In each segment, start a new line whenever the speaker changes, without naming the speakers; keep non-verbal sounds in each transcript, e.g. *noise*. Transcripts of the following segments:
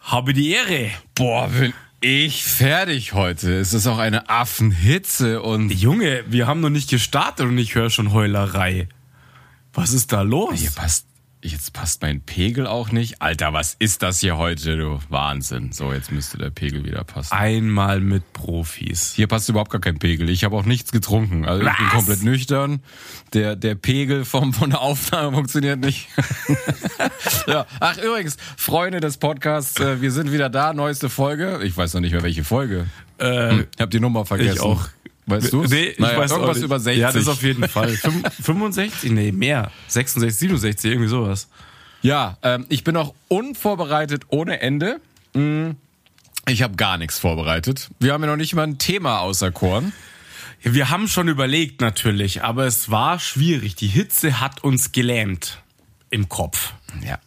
habe die Ehre.
Boah, bin ich fertig heute. Es ist auch eine Affenhitze und.
Junge, wir haben noch nicht gestartet und ich höre schon Heulerei. Was ist da los?
Hier passt, jetzt passt mein Pegel auch nicht. Alter, was ist das hier heute, du Wahnsinn. So, jetzt müsste der Pegel wieder passen.
Einmal mit Profis.
Hier passt überhaupt gar kein Pegel. Ich habe auch nichts getrunken. Also ich bin
Was?
komplett nüchtern. Der, der Pegel vom, von der Aufnahme funktioniert nicht. *laughs* ja. Ach übrigens, Freunde des Podcasts, äh, wir sind wieder da, neueste Folge. Ich weiß noch nicht mehr welche Folge.
Äh,
Ich habe die Nummer vergessen.
Ich auch.
Hm, Weißt du?
Nee, ich weiß auch
irgendwas
nicht.
über 60.
Ja, das ist auf jeden
*laughs*
Fall. Fünf- 65? Nee, mehr. 66, 67, irgendwie sowas.
Ja, ähm, ich bin auch unvorbereitet ohne Ende. Mm, Ich habe gar nichts vorbereitet. Wir haben ja noch nicht mal ein Thema außer Korn.
Wir haben schon überlegt natürlich, aber es war schwierig. Die Hitze hat uns gelähmt im Kopf.
Ja.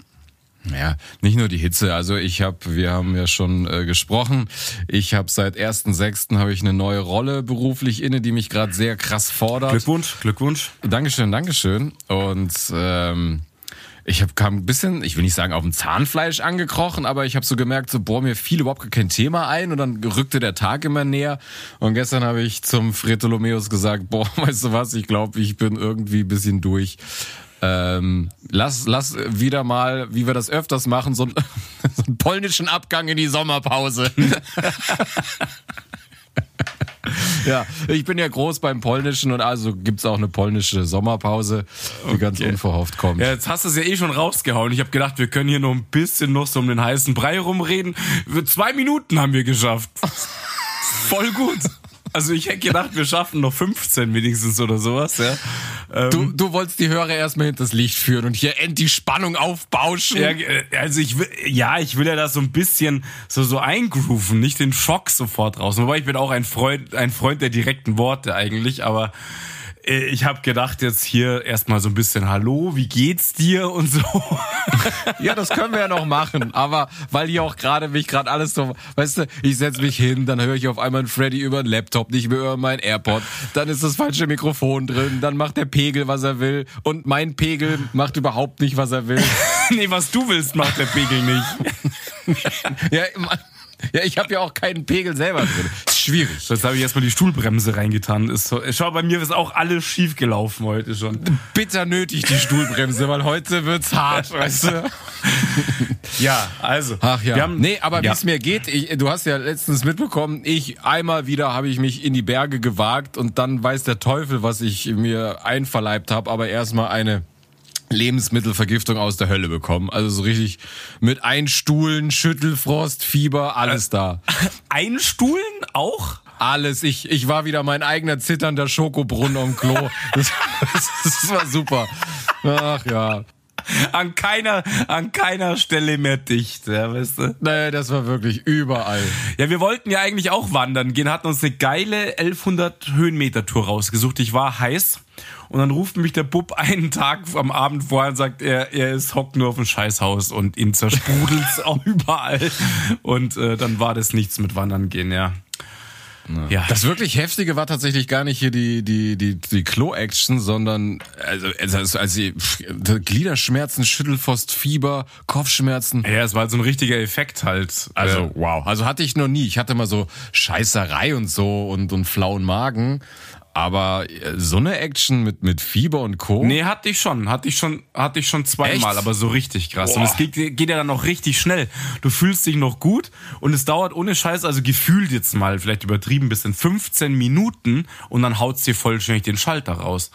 Ja, nicht nur die Hitze. Also ich habe, wir haben ja schon äh, gesprochen. Ich habe seit 1.6. habe ich eine neue Rolle beruflich inne, die mich gerade sehr krass fordert.
Glückwunsch, Glückwunsch.
Dankeschön, Dankeschön. Und ähm, ich habe kam ein bisschen, ich will nicht sagen auf dem Zahnfleisch angekrochen, aber ich habe so gemerkt, so boah, mir fiel überhaupt gar kein Thema ein und dann rückte der Tag immer näher. Und gestern habe ich zum Fretolomeus gesagt, boah, *laughs* weißt du was, ich glaube, ich bin irgendwie ein bisschen durch. Ähm, lass, lass wieder mal, wie wir das öfters machen, so, einen- *laughs* so einen polnischen Abgang in
*laughs*
die Sommerpause. Ja, ich bin ja groß beim Polnischen und also gibt's auch eine polnische Sommerpause, die ganz unverhofft kommt.
Ja, jetzt hast du es ja eh schon rausgehauen. Ich habe gedacht, wir können hier noch ein bisschen noch so um den heißen Brei rumreden. Wir- Zwei Minuten haben wir geschafft. Voll gut. Also ich hätte gedacht, wir schaffen noch 15 wenigstens oder sowas. Ja, ähm,
Du, du wolltest die Hörer erstmal hinters Licht führen und hier end die Spannung aufbauschen.
ja äh, also ich will, ja, ich will ja das so ein bisschen so so eingrooven, nicht den Schock sofort raus. Wobei ich bin auch ein Freund, ein Freund der direkten Worte eigentlich, aber äh, ich habe gedacht jetzt hier erstmal so ein bisschen Hallo, wie geht's dir und so. *laughs*
Ja, das können wir ja noch machen, aber weil hier auch gerade mich gerade alles so, weißt du, ich setz mich hin, dann höre ich auf einmal einen Freddy über den Laptop, nicht mehr über meinen AirPod, dann ist das falsche Mikrofon drin, dann macht der Pegel, was er will und mein Pegel macht überhaupt nicht, was er will.
nee, was du willst, macht der Pegel nicht.
Ja, ma- ja ich habe ja auch keinen Pegel selber drin. Ist schwierig.
Jetzt habe ich erstmal die Stuhlbremse reingetan. Ist so, schau, bei mir ist auch alles schief gelaufen heute schon.
bitter nötig, die Stuhlbremse, weil heute wird's hart, weißt du?
Ja, also.
Ach ja.
Wir haben,
nee, aber
ja.
wie es mir geht, ich, du hast ja letztens mitbekommen, ich einmal wieder habe ich mich in die Berge gewagt und dann weiß der Teufel, was ich mir einverleibt habe, aber erstmal eine Lebensmittelvergiftung aus der Hölle bekommen. Also so richtig mit Einstuhlen, Schüttelfrost, Fieber, alles da.
*laughs* Einstuhlen auch?
Alles. Ich, ich war wieder mein eigener zitternder Schokobrunnen am Klo. Das, *laughs* das, das war super. Ach ja.
An keiner, an keiner Stelle mehr dicht, ja, weißt du?
Naja, das war wirklich überall.
Ja, wir wollten ja eigentlich auch wandern gehen, hatten uns eine geile 1100 Höhenmeter Tour rausgesucht. Ich war heiß und dann ruft mich der Bub einen Tag am Abend vorher und sagt, er, er ist hockt nur auf dem Scheißhaus und ihn zersprudelt auch überall. Und äh, dann war das nichts mit wandern gehen, ja. Ja,
Das wirklich Heftige war tatsächlich gar nicht hier die, die, die, die Klo-Action, sondern also, also, also pff, Gliederschmerzen, Schüttelfrost, Fieber, Kopfschmerzen.
ja, es war halt so ein richtiger Effekt halt.
Also
Also,
wow. Also hatte ich noch nie. Ich hatte mal so Scheißerei und so und, und flauen Magen. Aber äh, so eine Action mit, mit Fieber und Co.
nee, hatte ich schon, hatte ich schon, hatte ich schon zweimal,
Echt?
aber so richtig krass. Und
Boah.
es geht, geht ja dann noch richtig schnell. Du fühlst dich noch gut und es dauert ohne Scheiß, also gefühlt jetzt mal, vielleicht übertrieben bisschen, 15 Minuten und dann haut's dir vollständig den Schalter raus.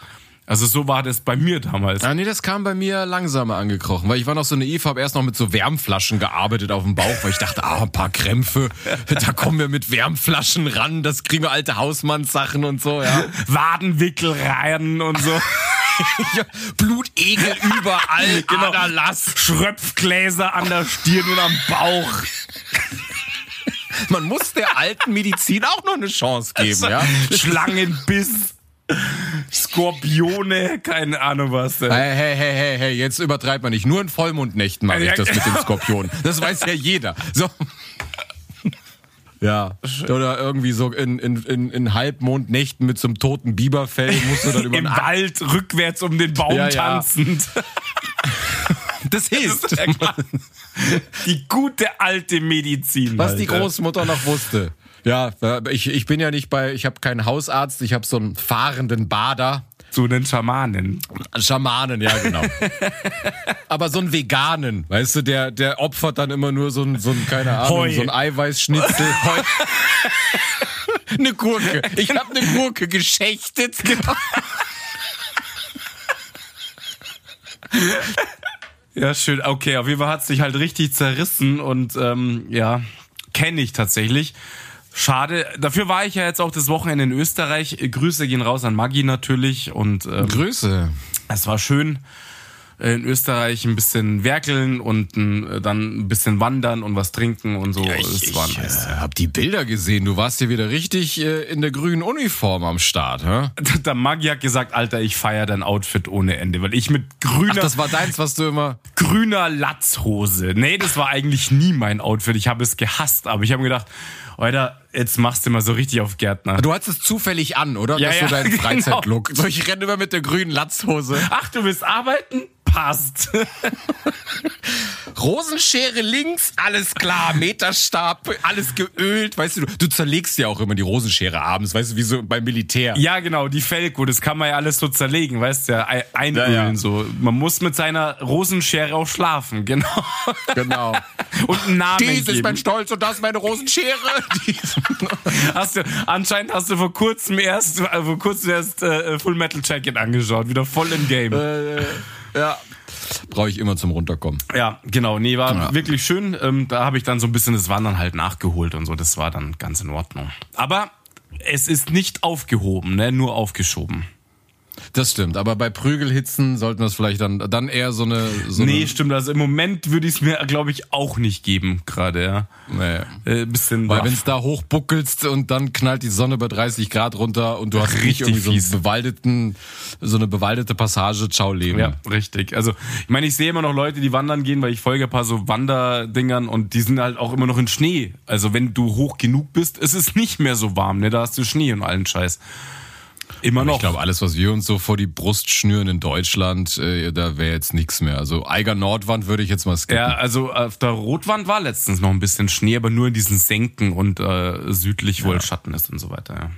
Also so war das bei mir damals.
Ah, nee, das kam bei mir langsamer angekrochen, weil ich war noch so eine Eva, hab erst noch mit so Wärmflaschen gearbeitet auf dem Bauch, weil ich dachte, ah, ein paar Krämpfe, *laughs* da kommen wir mit Wärmflaschen ran, das kriegen wir alte Hausmannssachen und so, ja.
Wadenwickel rein und
*laughs*
so.
Ja,
*laughs*
Blutegel überall,
Genau.
Aderlass.
Schröpfgläser an der Stirn und am Bauch.
Man muss der alten Medizin auch noch eine Chance
*laughs*
geben, ja.
Schlangenbiss. Skorpione, keine Ahnung was. ey.
Hey, hey, hey, hey, hey, jetzt übertreibt man nicht. Nur in Vollmondnächten mache ich
Ja,
das mit dem
genau.
Skorpion. Das weiß ja jeder. So. Ja, oder irgendwie so in, in, in, in Halbmondnächten mit so einem toten Biberfell musst du dann
*laughs*
über
Im
den
Wald rückwärts um den Baum *laughs*
Ja, ja.
tanzend.
Das hilft.
Ja, klar. Die gute alte Medizin.
Was die
Alter.
Großmutter noch wusste. Ja, ich, ich bin ja nicht bei, ich habe keinen Hausarzt, ich habe so einen fahrenden Bader.
So einen Schamanen.
Schamanen, ja,
*laughs*
genau. Aber so einen Veganen, weißt du, der, der opfert dann immer nur so ein, so ein keine Ahnung,
Heu.
so ein Eiweißschnitzel.
*laughs*
Heu. eine Gurke. Ich habe eine Gurke geschächtet.
Genau. Ja, schön. Okay, auf jeden Fall hat es dich halt richtig zerrissen und ähm, ja, kenne ich tatsächlich. Schade. Dafür war ich ja jetzt auch das Wochenende in Österreich. Grüße gehen raus an Maggi natürlich und ähm,
Grüße.
Es war schön äh, in Österreich ein bisschen werkeln und äh, dann ein bisschen wandern und was trinken und so.
Ich,
es war
ich äh,
nice.
hab die Bilder gesehen. Du warst hier wieder richtig äh, in der grünen Uniform am Start, hä?
*laughs* Der Magi hat gesagt, Alter, ich feier dein Outfit ohne Ende, weil ich mit
Ach,
grüner,
das war deins, was du immer.
grüner Latzhose. Nee, das war eigentlich nie mein Outfit. Ich habe es gehasst, aber ich habe mir gedacht, Alter, jetzt machst du mal so richtig auf Gärtner.
Du hattest es zufällig an, oder?
Ja,
das ist so
ja, *laughs*
dein
genau.
Freizeitlook. So, ich renne immer mit der grünen Latzhose.
Ach, du willst arbeiten? Passt. *laughs*
Rosenschere links, alles klar, Meterstab, alles geölt, weißt du, du, du zerlegst ja auch immer die Rosenschere abends, weißt du, wie so beim Militär.
Ja, genau, die Felko, das kann man ja alles so zerlegen, weißt du, ja, ei- einölen
Ja, ja.
so. Man muss mit seiner Rosenschere auch schlafen, *laughs* genau.
Genau.
Und einen *laughs* Namen
Dies ist mein
geben.
Stolz und das ist meine Rosenschere.
*laughs*
Dies-
Hast du, anscheinend hast du vor kurzem erst, äh, vor kurzem erst äh, Full Metal Jacket angeschaut, wieder voll im Game.
äh, ja. Brauche ich immer zum Runterkommen.
Ja, genau, nee, war
Ja.
wirklich schön. Ähm, da habe ich dann so ein bisschen das Wandern halt nachgeholt und so, das war dann ganz in Ordnung. Aber es ist nicht aufgehoben, ne? nur aufgeschoben.
Das stimmt, aber bei Prügelhitzen sollten wir es vielleicht dann, dann eher so eine. So
Nee, stimmt, also im Moment würde ich es mir, glaube ich, auch nicht geben, gerade, ja.
Eine, nee.
Äh, bisschen
Weil
rough.
wenn es da hochbuckelst und dann knallt die Sonne bei 30 Grad runter und du hast
Richtig
richtig irgendwie so,
fies.
einen bewaldeten, so eine bewaldete Passage, ciao Leben.
Ja, richtig. Also, ich meine, ich sehe immer noch Leute, die wandern gehen, weil ich folge ein paar so Wanderdingern und die sind halt auch immer noch in Schnee. Also, wenn du hoch genug bist, ist es nicht mehr so warm, ne? Da hast du Schnee und allen Scheiß. Immer
Aber
noch.
Ich glaube, alles, was wir uns so vor die Brust schnüren in Deutschland, äh, da wäre jetzt nichts mehr. Also Eiger Nordwand würde ich jetzt mal skippen.
ja, also auf der Rotwand war letztens noch ein bisschen Schnee, aber nur in diesen Senken und äh, südlich wohl Schatten ist und so weiter, ja.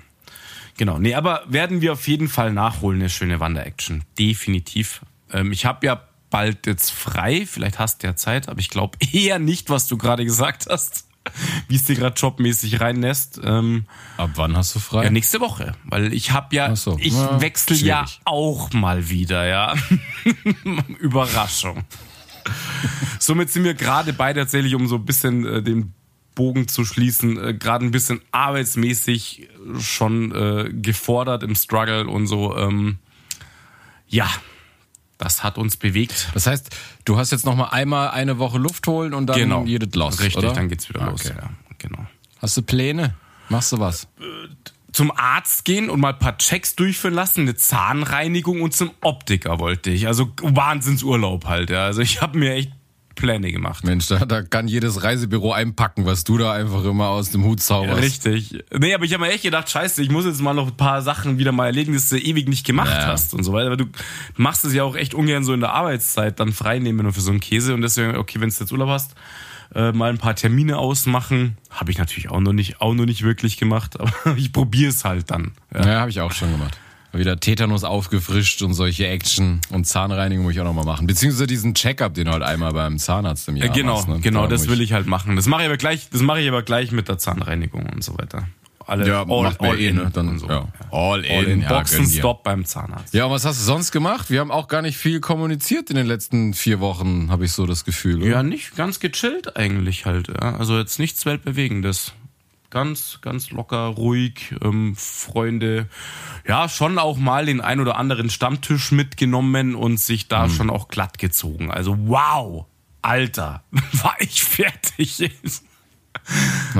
Genau, nee, aber werden wir auf jeden Fall nachholen, eine schöne Wander-Action. Definitiv. Ähm, ich habe ja bald jetzt frei, vielleicht hast du ja Zeit, aber ich glaube *laughs* eher nicht, was du gerade gesagt hast, wie es dir gerade jobmäßig reinlässt. Ähm,
Ab wann hast du frei?
ja, Äh, nächste Woche, weil ich habe ja,
Ach so.
ich
Ja,
wechsle ja
schwierig.
auch mal wieder, ja. *laughs* Überraschung. Somit sind wir gerade beide tatsächlich, um so ein bisschen äh, den Bogen zu schließen, äh, gerade ein bisschen arbeitsmäßig schon äh, gefordert im Struggle und so. Ähm, ja, das hat uns bewegt.
Das heißt, du hast jetzt noch mal einmal eine Woche Luft holen und dann jedes los,
Genau. Richtig,
Genau. oder?
dann geht's wieder
Ah,
los.
okay.
Ja, genau.
Hast du Pläne? Machst du was?
zum Arzt gehen und mal ein paar Checks durchführen lassen, eine Zahnreinigung und zum Optiker wollte ich. Also Wahnsinnsurlaub halt, ja. Also ich habe mir echt Pläne gemacht.
Mensch, da, da kann jedes Reisebüro einpacken, was du da einfach immer aus dem Hut zauberst.
Richtig. Nee, aber ich habe mir echt gedacht, scheiße, ich muss jetzt mal noch ein paar Sachen wieder mal erledigen, das du ewig nicht gemacht
Ja.
hast und so weiter. Aber du machst es ja auch echt ungern so in der Arbeitszeit dann freinehmen nur für so einen Käse. Und deswegen, okay, wenn du jetzt Urlaub hast, äh, mal ein paar Termine ausmachen. Habe ich natürlich auch noch nicht, auch noch nicht wirklich gemacht, *laughs* aber ich probiere es halt dann.
Ja, habe ich auch schon gemacht. Wieder Tetanus aufgefrischt und solche Action und Zahnreinigung muss ich auch nochmal machen. Beziehungsweise diesen Check-up, den du halt einmal beim Zahnarzt im Jahr
Ja, genau,
machst. ne?
genau,
Da
das
muss
will ich halt machen. Das mache ich aber gleich, das mache ich aber gleich mit der Zahnreinigung und so weiter. Alle
Ja, macht man eh, ne? Dann-
und so.
ja. All
All in.
in, ja,
Boxen
gönn dir.
Stop beim Zahnarzt.
Ja, und was hast du sonst gemacht? Wir haben auch gar nicht viel kommuniziert in den letzten vier Wochen, habe ich so das Gefühl. oder?
Ja, nicht ganz gechillt eigentlich halt. Ja. Also jetzt nichts weltbewegendes. Ganz, ganz locker, ruhig, ähm, Freunde. Ja, schon auch mal den ein oder anderen Stammtisch mitgenommen und sich da
Hm.
schon auch glatt gezogen. Also wow, Alter, *laughs* war ich fertig.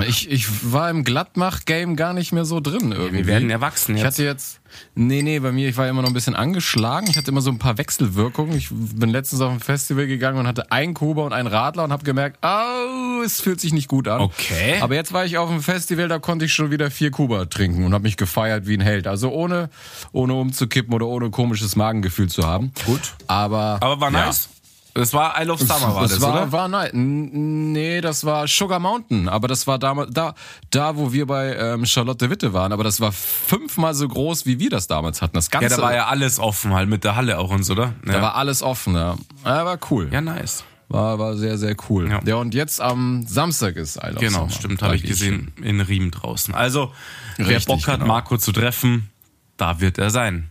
Ich, ich war im Glattmach-Game gar nicht mehr so drin irgendwie.
Wir werden erwachsen
Ich
jetzt.
hatte jetzt, nee, nee, bei mir, ich war immer noch ein bisschen angeschlagen. Ich hatte immer so ein paar Wechselwirkungen. Ich bin letztens auf ein Festival gegangen und hatte einen Kuba und einen Radler und habe gemerkt, au, es fühlt sich nicht gut an.
Okay.
Aber jetzt war ich auf einem Festival, da konnte ich schon wieder vier Kuba trinken und habe mich gefeiert wie ein Held. Also ohne, ohne umzukippen oder ohne komisches Magengefühl zu haben.
Gut.
Aber,
Aber war
ja.
nice. Das war Isle of Summer, war das,
war,
oder?
war nein, n- nee, das war Sugar Mountain, aber das war damals da, da wo wir bei ähm, Charlotte Witte waren, aber das war fünfmal so groß, wie wir das damals hatten. Das ganze
Ja, da war ja alles offen, halt mit der Halle auch und so, oder? Ja,
da war alles offen, ja. Ja, war cool.
ja nice.
War, war sehr, sehr cool. Ja.
Ja.
und jetzt am Samstag ist Isle of
Genau,
Summer.
stimmt,
Da
habe ich
geh
gesehen. In Riem draußen. Also, wer
Richtig,
Bock hat,
genau.
Marco zu treffen, da wird er
*laughs*
sein.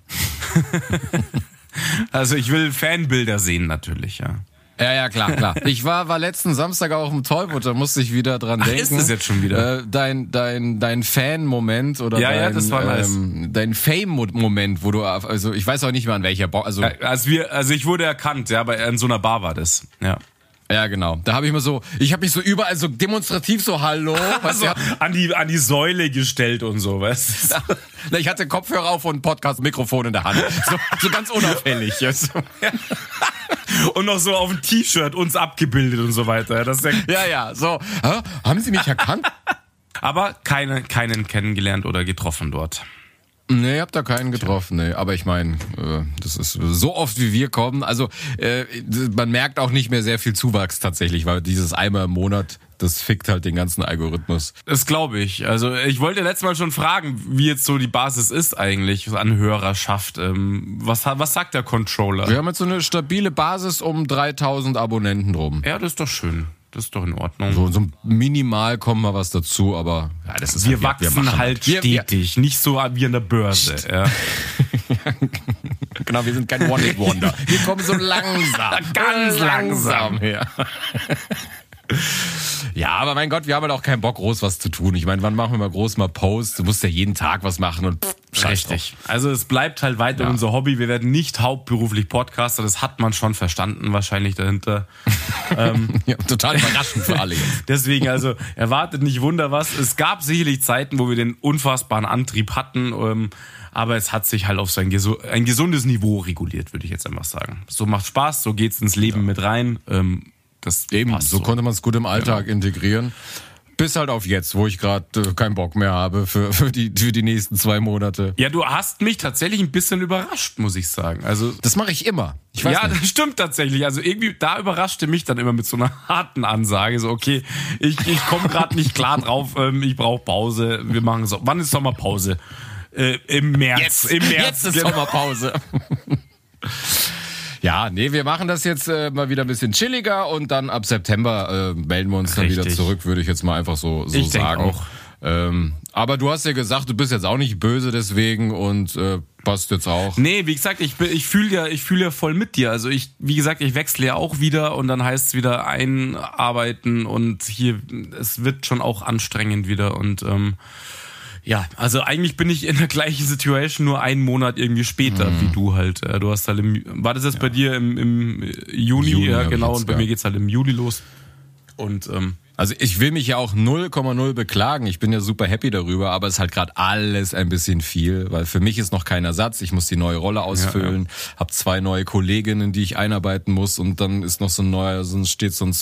also, ich will Fanbilder sehen, natürlich, ja.
Ja, ja,
*laughs*
klar, klar. Ich war, war letzten Samstag auch im Tollwood, da musste ich wieder dran denken.
ist das jetzt schon wieder?
Äh, dein dein, dein Fan-Moment oder
Ja,
dein,
ja, das war nice.
ähm, dein Fame-Moment, wo du, auf- also ich weiß auch nicht mehr an welcher, Bo also
Also, wir, also ich wurde erkannt, ja, aber in so einer Bar war das. Ja.
Ja, genau. Da habe ich mir so, ich habe mich so überall so demonstrativ so Hallo, weißt du, ja.
Also, an, die, an die Säule gestellt und so, weißt du?
*laughs* Na, ich hatte Kopfhörer auf und Podcast Mikrofon in der Hand. So, so ganz unauffällig. Ja, so.
Und noch so auf dem T-Shirt uns abgebildet und so weiter. ja, Das ist ja
ja, ja, so, hä? haben Sie mich erkannt?
Aber keine, keinen kennengelernt oder getroffen dort.
Nee, ich hab da keinen getroffen, nee. Aber ich meine, äh, das ist so oft wie wir kommen. Also äh, man merkt auch nicht mehr sehr viel Zuwachs tatsächlich, weil dieses einmal im Monat, das fickt halt den ganzen Algorithmus.
Das glaube ich. Also ich wollte letztes Mal schon fragen, wie jetzt so die Basis ist eigentlich an Hörerschaft. Ähm, was, ha- was sagt der Controller?
Wir haben jetzt so eine stabile Basis um 3000 Abonnenten drum.
Ja, das ist doch schön. Das ist doch in Ordnung.
So, so minimal kommt mal was dazu, aber ja, das ist
Wir
halt,
wachsen
machen
halt
Wir- wir-
stetig, nicht so wie an der Börse. Ja.
Genau, wir sind kein One-Hit-Wonder. *laughs* Wir kommen so *laughs* langsam.
Ganz langsam.
her. *laughs* Ja, aber mein Gott, wir haben halt auch keinen Bock, groß was zu tun. Ich meine, wann machen wir mal groß mal Posts? Du musst ja jeden Tag was machen und pff, scheiß drauf. *laughs*
Richtig. Also es bleibt halt weiter
Ja.
unser Hobby. Wir werden nicht hauptberuflich Podcaster, das hat man schon verstanden wahrscheinlich dahinter.
Ja, total überraschend für alle jetzt.
*laughs* Deswegen also erwartet nicht Wunder was. Es gab sicherlich Zeiten, wo wir den unfassbaren Antrieb hatten, ähm, aber es hat sich halt auf so ein, gesu ein gesundes Niveau reguliert, würde ich jetzt einfach sagen. So macht Spaß, so geht's ins Leben mit rein. Ähm, das
Eben,
passt
so Genau. konnte man es gut im Alltag integrieren. Bis halt auf jetzt, wo ich gerade äh, keinen Bock mehr habe für, *laughs* für, die, für die nächsten zwei Monate.
Ja, du hast mich tatsächlich ein bisschen überrascht, muss ich sagen. Also
Das mache ich immer. Ich weiß
ja,
nicht.
das stimmt tatsächlich. Also irgendwie, da überraschte mich dann immer mit so einer *laughs* harten Ansage. So, okay, ich, ich komme gerade nicht klar drauf, ähm, ich brauche Pause. Wir machen so. Wann ist Sommerpause? Äh, Im März. Im März.
jetzt ist
genau.
Sommerpause. *laughs* Ja, nee, wir machen das jetzt äh, mal wieder ein bisschen chilliger und dann ab September äh, melden wir uns dann wieder
Richtig.
zurück, würde ich jetzt mal einfach so, so
Ich denk
sagen.
auch.
Ähm, aber du hast ja gesagt, du bist jetzt auch nicht böse deswegen und äh, passt jetzt auch.
Nee, wie gesagt, ich, bin- ich fühle ja, ich fühl ja voll mit dir. Also ich, wie gesagt, ich wechsle ja auch wieder und dann heißt es wieder einarbeiten und hier, es wird schon auch anstrengend wieder und ähm, ja, also eigentlich bin ich in der gleichen Situation, nur einen Monat irgendwie später
Mhm.
wie du halt. Äh, Du hast halt im, war das jetzt bei dir im, im äh, Juni?
Juni hab
ja,
ich
genau.
jetzt,
Und bei
ja.
mir geht's halt im Juli los. Und ähm,
Also ich will mich ja auch 0,0 beklagen. Ich bin ja super happy darüber, aber es ist halt gerade alles ein bisschen viel, weil für mich ist noch kein Ersatz. Ich muss die neue Rolle ausfüllen, habe zwei neue Kolleginnen, die ich einarbeiten muss und dann ist noch so ein neuer, so ein, steht so ein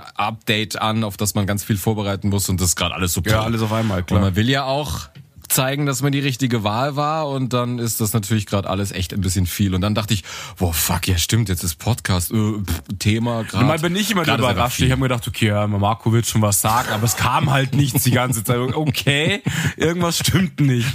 Software-Update an, auf das man ganz viel vorbereiten muss und das ist gerade alles super.
Ja, alles auf einmal, klar.
Und man will ja auch zeigen, dass man die richtige Wahl war und dann ist das natürlich gerade alles echt ein bisschen viel und dann dachte ich, wow, fuck, ja stimmt, jetzt ist Podcast, äh, pff, Thema gerade.
Normal bin ich immer
Gerade ist einfach
überrascht.
viel.
Ich habe mir gedacht, okay, ja, Marco wird schon was sagen, aber es kam halt nichts die ganze Zeit. Okay, irgendwas stimmt nicht.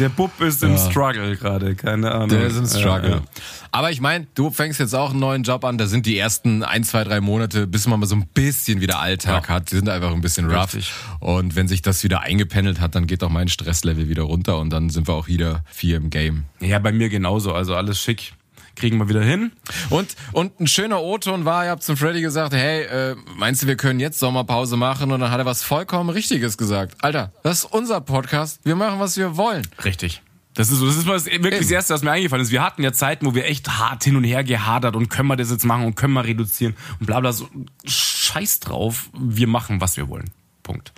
Der Bub ist im Struggle gerade, keine Ahnung.
Der ist im Struggle.
Ja, ja.
Aber ich meine, du fängst jetzt auch einen neuen Job an. Da sind die ersten ein, zwei, drei Monate, bis man mal so ein bisschen wieder Alltag
Ja.
hat. Die sind einfach ein bisschen rough.
Richtig.
Und wenn sich das wieder eingependelt hat, dann geht auch mein Stresslevel wieder runter und dann sind wir auch wieder vier im Game.
ja, bei mir genauso. Also alles schick. Kriegen wir wieder hin.
Und, und ein schöner O-Ton war, ihr habt zum Freddy gesagt, hey, äh, meinst du, wir können jetzt Sommerpause machen? Und dann hat er was vollkommen Richtiges gesagt. Alter, das ist unser Podcast. Wir machen, was wir wollen.
Richtig. Das ist so, das ist was wirklich das Erste, was mir eingefallen ist. Wir hatten ja Zeiten, wo wir echt hart hin und her gehadert und können wir das jetzt machen und können wir reduzieren und bla bla so. Scheiß drauf, wir machen, was wir wollen. Punkt.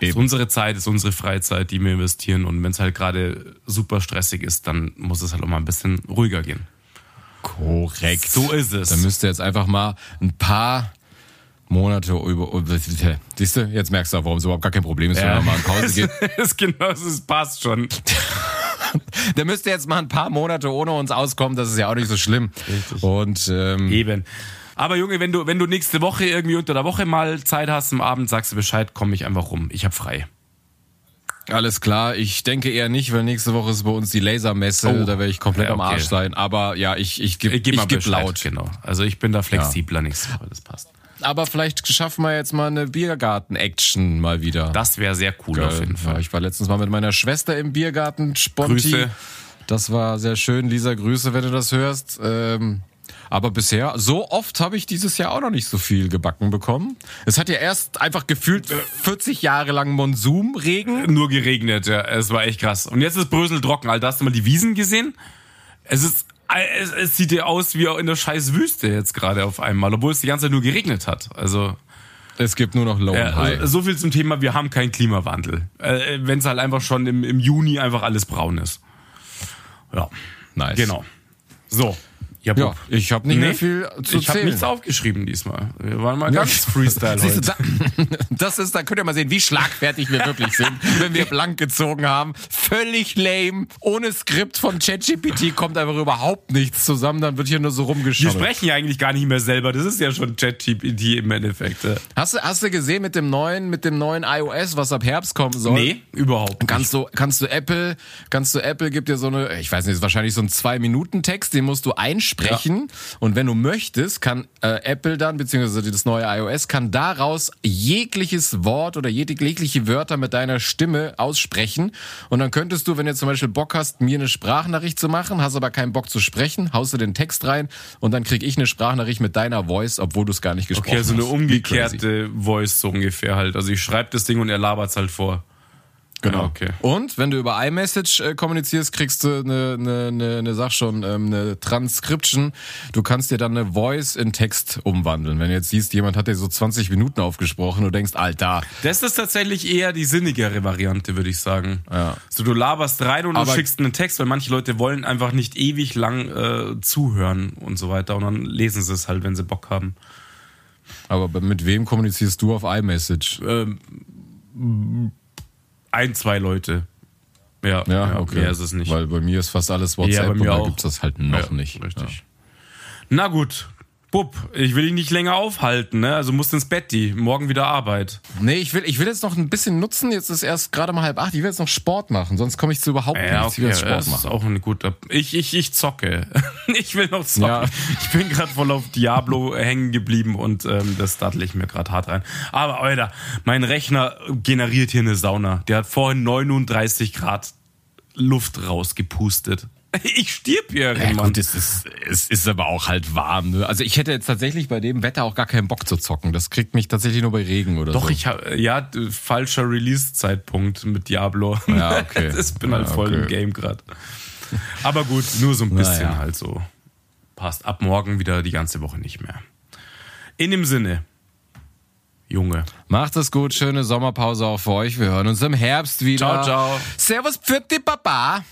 Ist unsere Zeit, ist unsere Freizeit, die wir investieren und wenn es halt gerade super stressig ist, dann muss es halt auch mal ein bisschen ruhiger gehen.
Korrekt.
So ist es.
Dann müsst ihr jetzt einfach mal ein paar Monate über. Siehst du, jetzt merkst du auch, warum es überhaupt gar kein Problem ist, wenn man mal
*laughs*
in Pause geht.
ist genau, es passt schon.
Dann müsst ihr jetzt mal ein paar Monate ohne uns auskommen, das ist ja auch nicht so schlimm. Und ähm,
Eben. Aber Junge, wenn du, wenn du nächste Woche irgendwie unter der Woche mal Zeit hast am Abend, sagst du Bescheid, komm ich einfach rum. Ich hab frei.
Alles klar, ich denke eher nicht, weil nächste Woche ist bei uns die Lasermesse,
Oh.
da werde ich komplett
Ja,
am
okay.
Arsch sein. Aber ja, ich, ich gebe ich
geb Äh, mal
geb
Bescheid,
laut.
Genau. Also ich bin da flexibler nächste Woche, das passt.
Aber vielleicht schaffen wir jetzt mal eine Biergarten-Action mal wieder.
Das wäre sehr cool auf jeden Fall.
Ja, ich war letztens mal mit meiner Schwester im Biergarten, Sponti.
Grüße.
Das war sehr schön. Lisa, Grüße, wenn du das hörst. Ähm, aber bisher, so oft habe ich dieses Jahr auch noch nicht so viel gebacken bekommen. Es hat ja erst einfach gefühlt 40 Jahre lang Monsumregen.
Nur geregnet, ja. Es war echt krass. Und jetzt ist Brösel trocken, Alter. Hast du mal die Wiesen gesehen? Es ist, es, es sieht ja aus wie in der scheiß Wüste jetzt gerade auf einmal, obwohl es die ganze Zeit nur geregnet hat. Also,
Es gibt nur noch Low
ja,
und High.
also so viel zum Thema, wir haben keinen Klimawandel. Äh, Wenn es halt einfach schon im, im Juni einfach alles braun ist. Ja,
nice.
genau. So.
Ja, ich habe nicht
Nee,
mehr viel zu
ich habe
zählen.
nichts aufgeschrieben diesmal. Wir waren mal ganz *laughs* Freestyle
Siehst
heute.
du, da, *laughs* das ist, da könnt ihr mal sehen, wie schlagfertig wir wirklich sind, *laughs* wenn wir blank gezogen haben. Völlig lame, ohne Skript von ChatGPT kommt einfach überhaupt nichts zusammen, dann wird hier nur so
Wir
rumgeschaut.
sprechen ja eigentlich gar nicht mehr selber. Das ist ja schon ChatGPT im Endeffekt. Äh, ja.
Hast du, hast du gesehen mit dem neuen, mit dem neuen iOS, was ab Herbst kommen soll?
überhaupt. nicht.
Kannst du, kannst du Apple, kannst du Apple gibt dir so eine, ich weiß nicht, ist wahrscheinlich so ein zwei Minuten Text, den musst du einsprechen und wenn du möchtest, kann äh, Apple dann beziehungsweise das neue iOS kann daraus jegliches Wort oder jeg jegliche Wörter mit deiner Stimme aussprechen und dann könntest du, wenn du zum Beispiel Bock hast, mir eine Sprachnachricht zu machen, hast aber keinen Bock zu sprechen, haust du den Text rein und dann krieg ich eine Sprachnachricht mit deiner Voice, obwohl du es gar nicht gesprochen
Okay, also eine
hast. Wie crazy.
umgekehrte Voice so ungefähr halt. Also ich schreibe das Ding und er labert halt vor. Genau. Ja, okay.
Und wenn du über iMessage äh, kommunizierst, kriegst du eine, eine, eine, eine sag schon, ähm, eine Transcription. Du kannst dir dann eine Voice in Text umwandeln. Wenn du jetzt siehst, jemand hat dir so 20 Minuten aufgesprochen, du denkst, Alter,
Das ist tatsächlich eher die sinnigere Variante, würde ich sagen.
Ja.
So du laberst rein und du
Aber-
schickst einen Text, weil manche Leute wollen einfach nicht ewig lang äh, zuhören und so weiter und dann lesen sie es halt, wenn sie Bock haben.
aber mit wem kommunizierst du auf iMessage?
Ähm, Ein, zwei Leute. Ja,
Ja, okay.
Mehr ist es nicht.
Weil bei mir ist fast alles WhatsApp
bei
und
mir
da
auch.
gibt's das halt noch
Ja,
nicht.
Richtig. Na gut. Bub, ich will dich nicht länger aufhalten, ne? Also musst ins Bett, die. Morgen wieder Arbeit.
Ja. Nee, ich will, ich will jetzt noch ein bisschen nutzen. Jetzt ist erst gerade mal halb acht. Ich will jetzt noch Sport machen, sonst komme ich zu überhaupt nichts. ich will jetzt Sport
das ist
machen.
auch ein guter. Ich, ich, ich zocke. *laughs* Ich will noch zocken.
Ja.
Ich bin gerade voll auf Diablo hängen geblieben und ähm, das dattel ich mir gerade hart rein. Aber Alter, mein Rechner generiert hier eine Sauna. Der hat vorhin 39 Grad Luft rausgepustet. *laughs* Ich stirb hier,
Ja,
Mann.
gut, es ist, es ist aber auch halt warm. Ne? Also ich hätte jetzt tatsächlich bei dem Wetter auch gar keinen Bock zu zocken. Das kriegt mich tatsächlich nur bei Regen oder
Doch,
so.
ich habe ja d- falscher Release-Zeitpunkt mit Diablo. *laughs*
Ja, okay.
ich bin halt
Ja,
voll im
okay.
Game gerade. Aber gut, nur so ein bisschen
Naja.
halt so. Passt ab morgen wieder die ganze Woche nicht mehr. In dem Sinne, Junge.
Macht es gut, schöne Sommerpause auch für euch. Wir hören uns im Herbst wieder.
Ciao, ciao.
Servus, pfiat die Baba.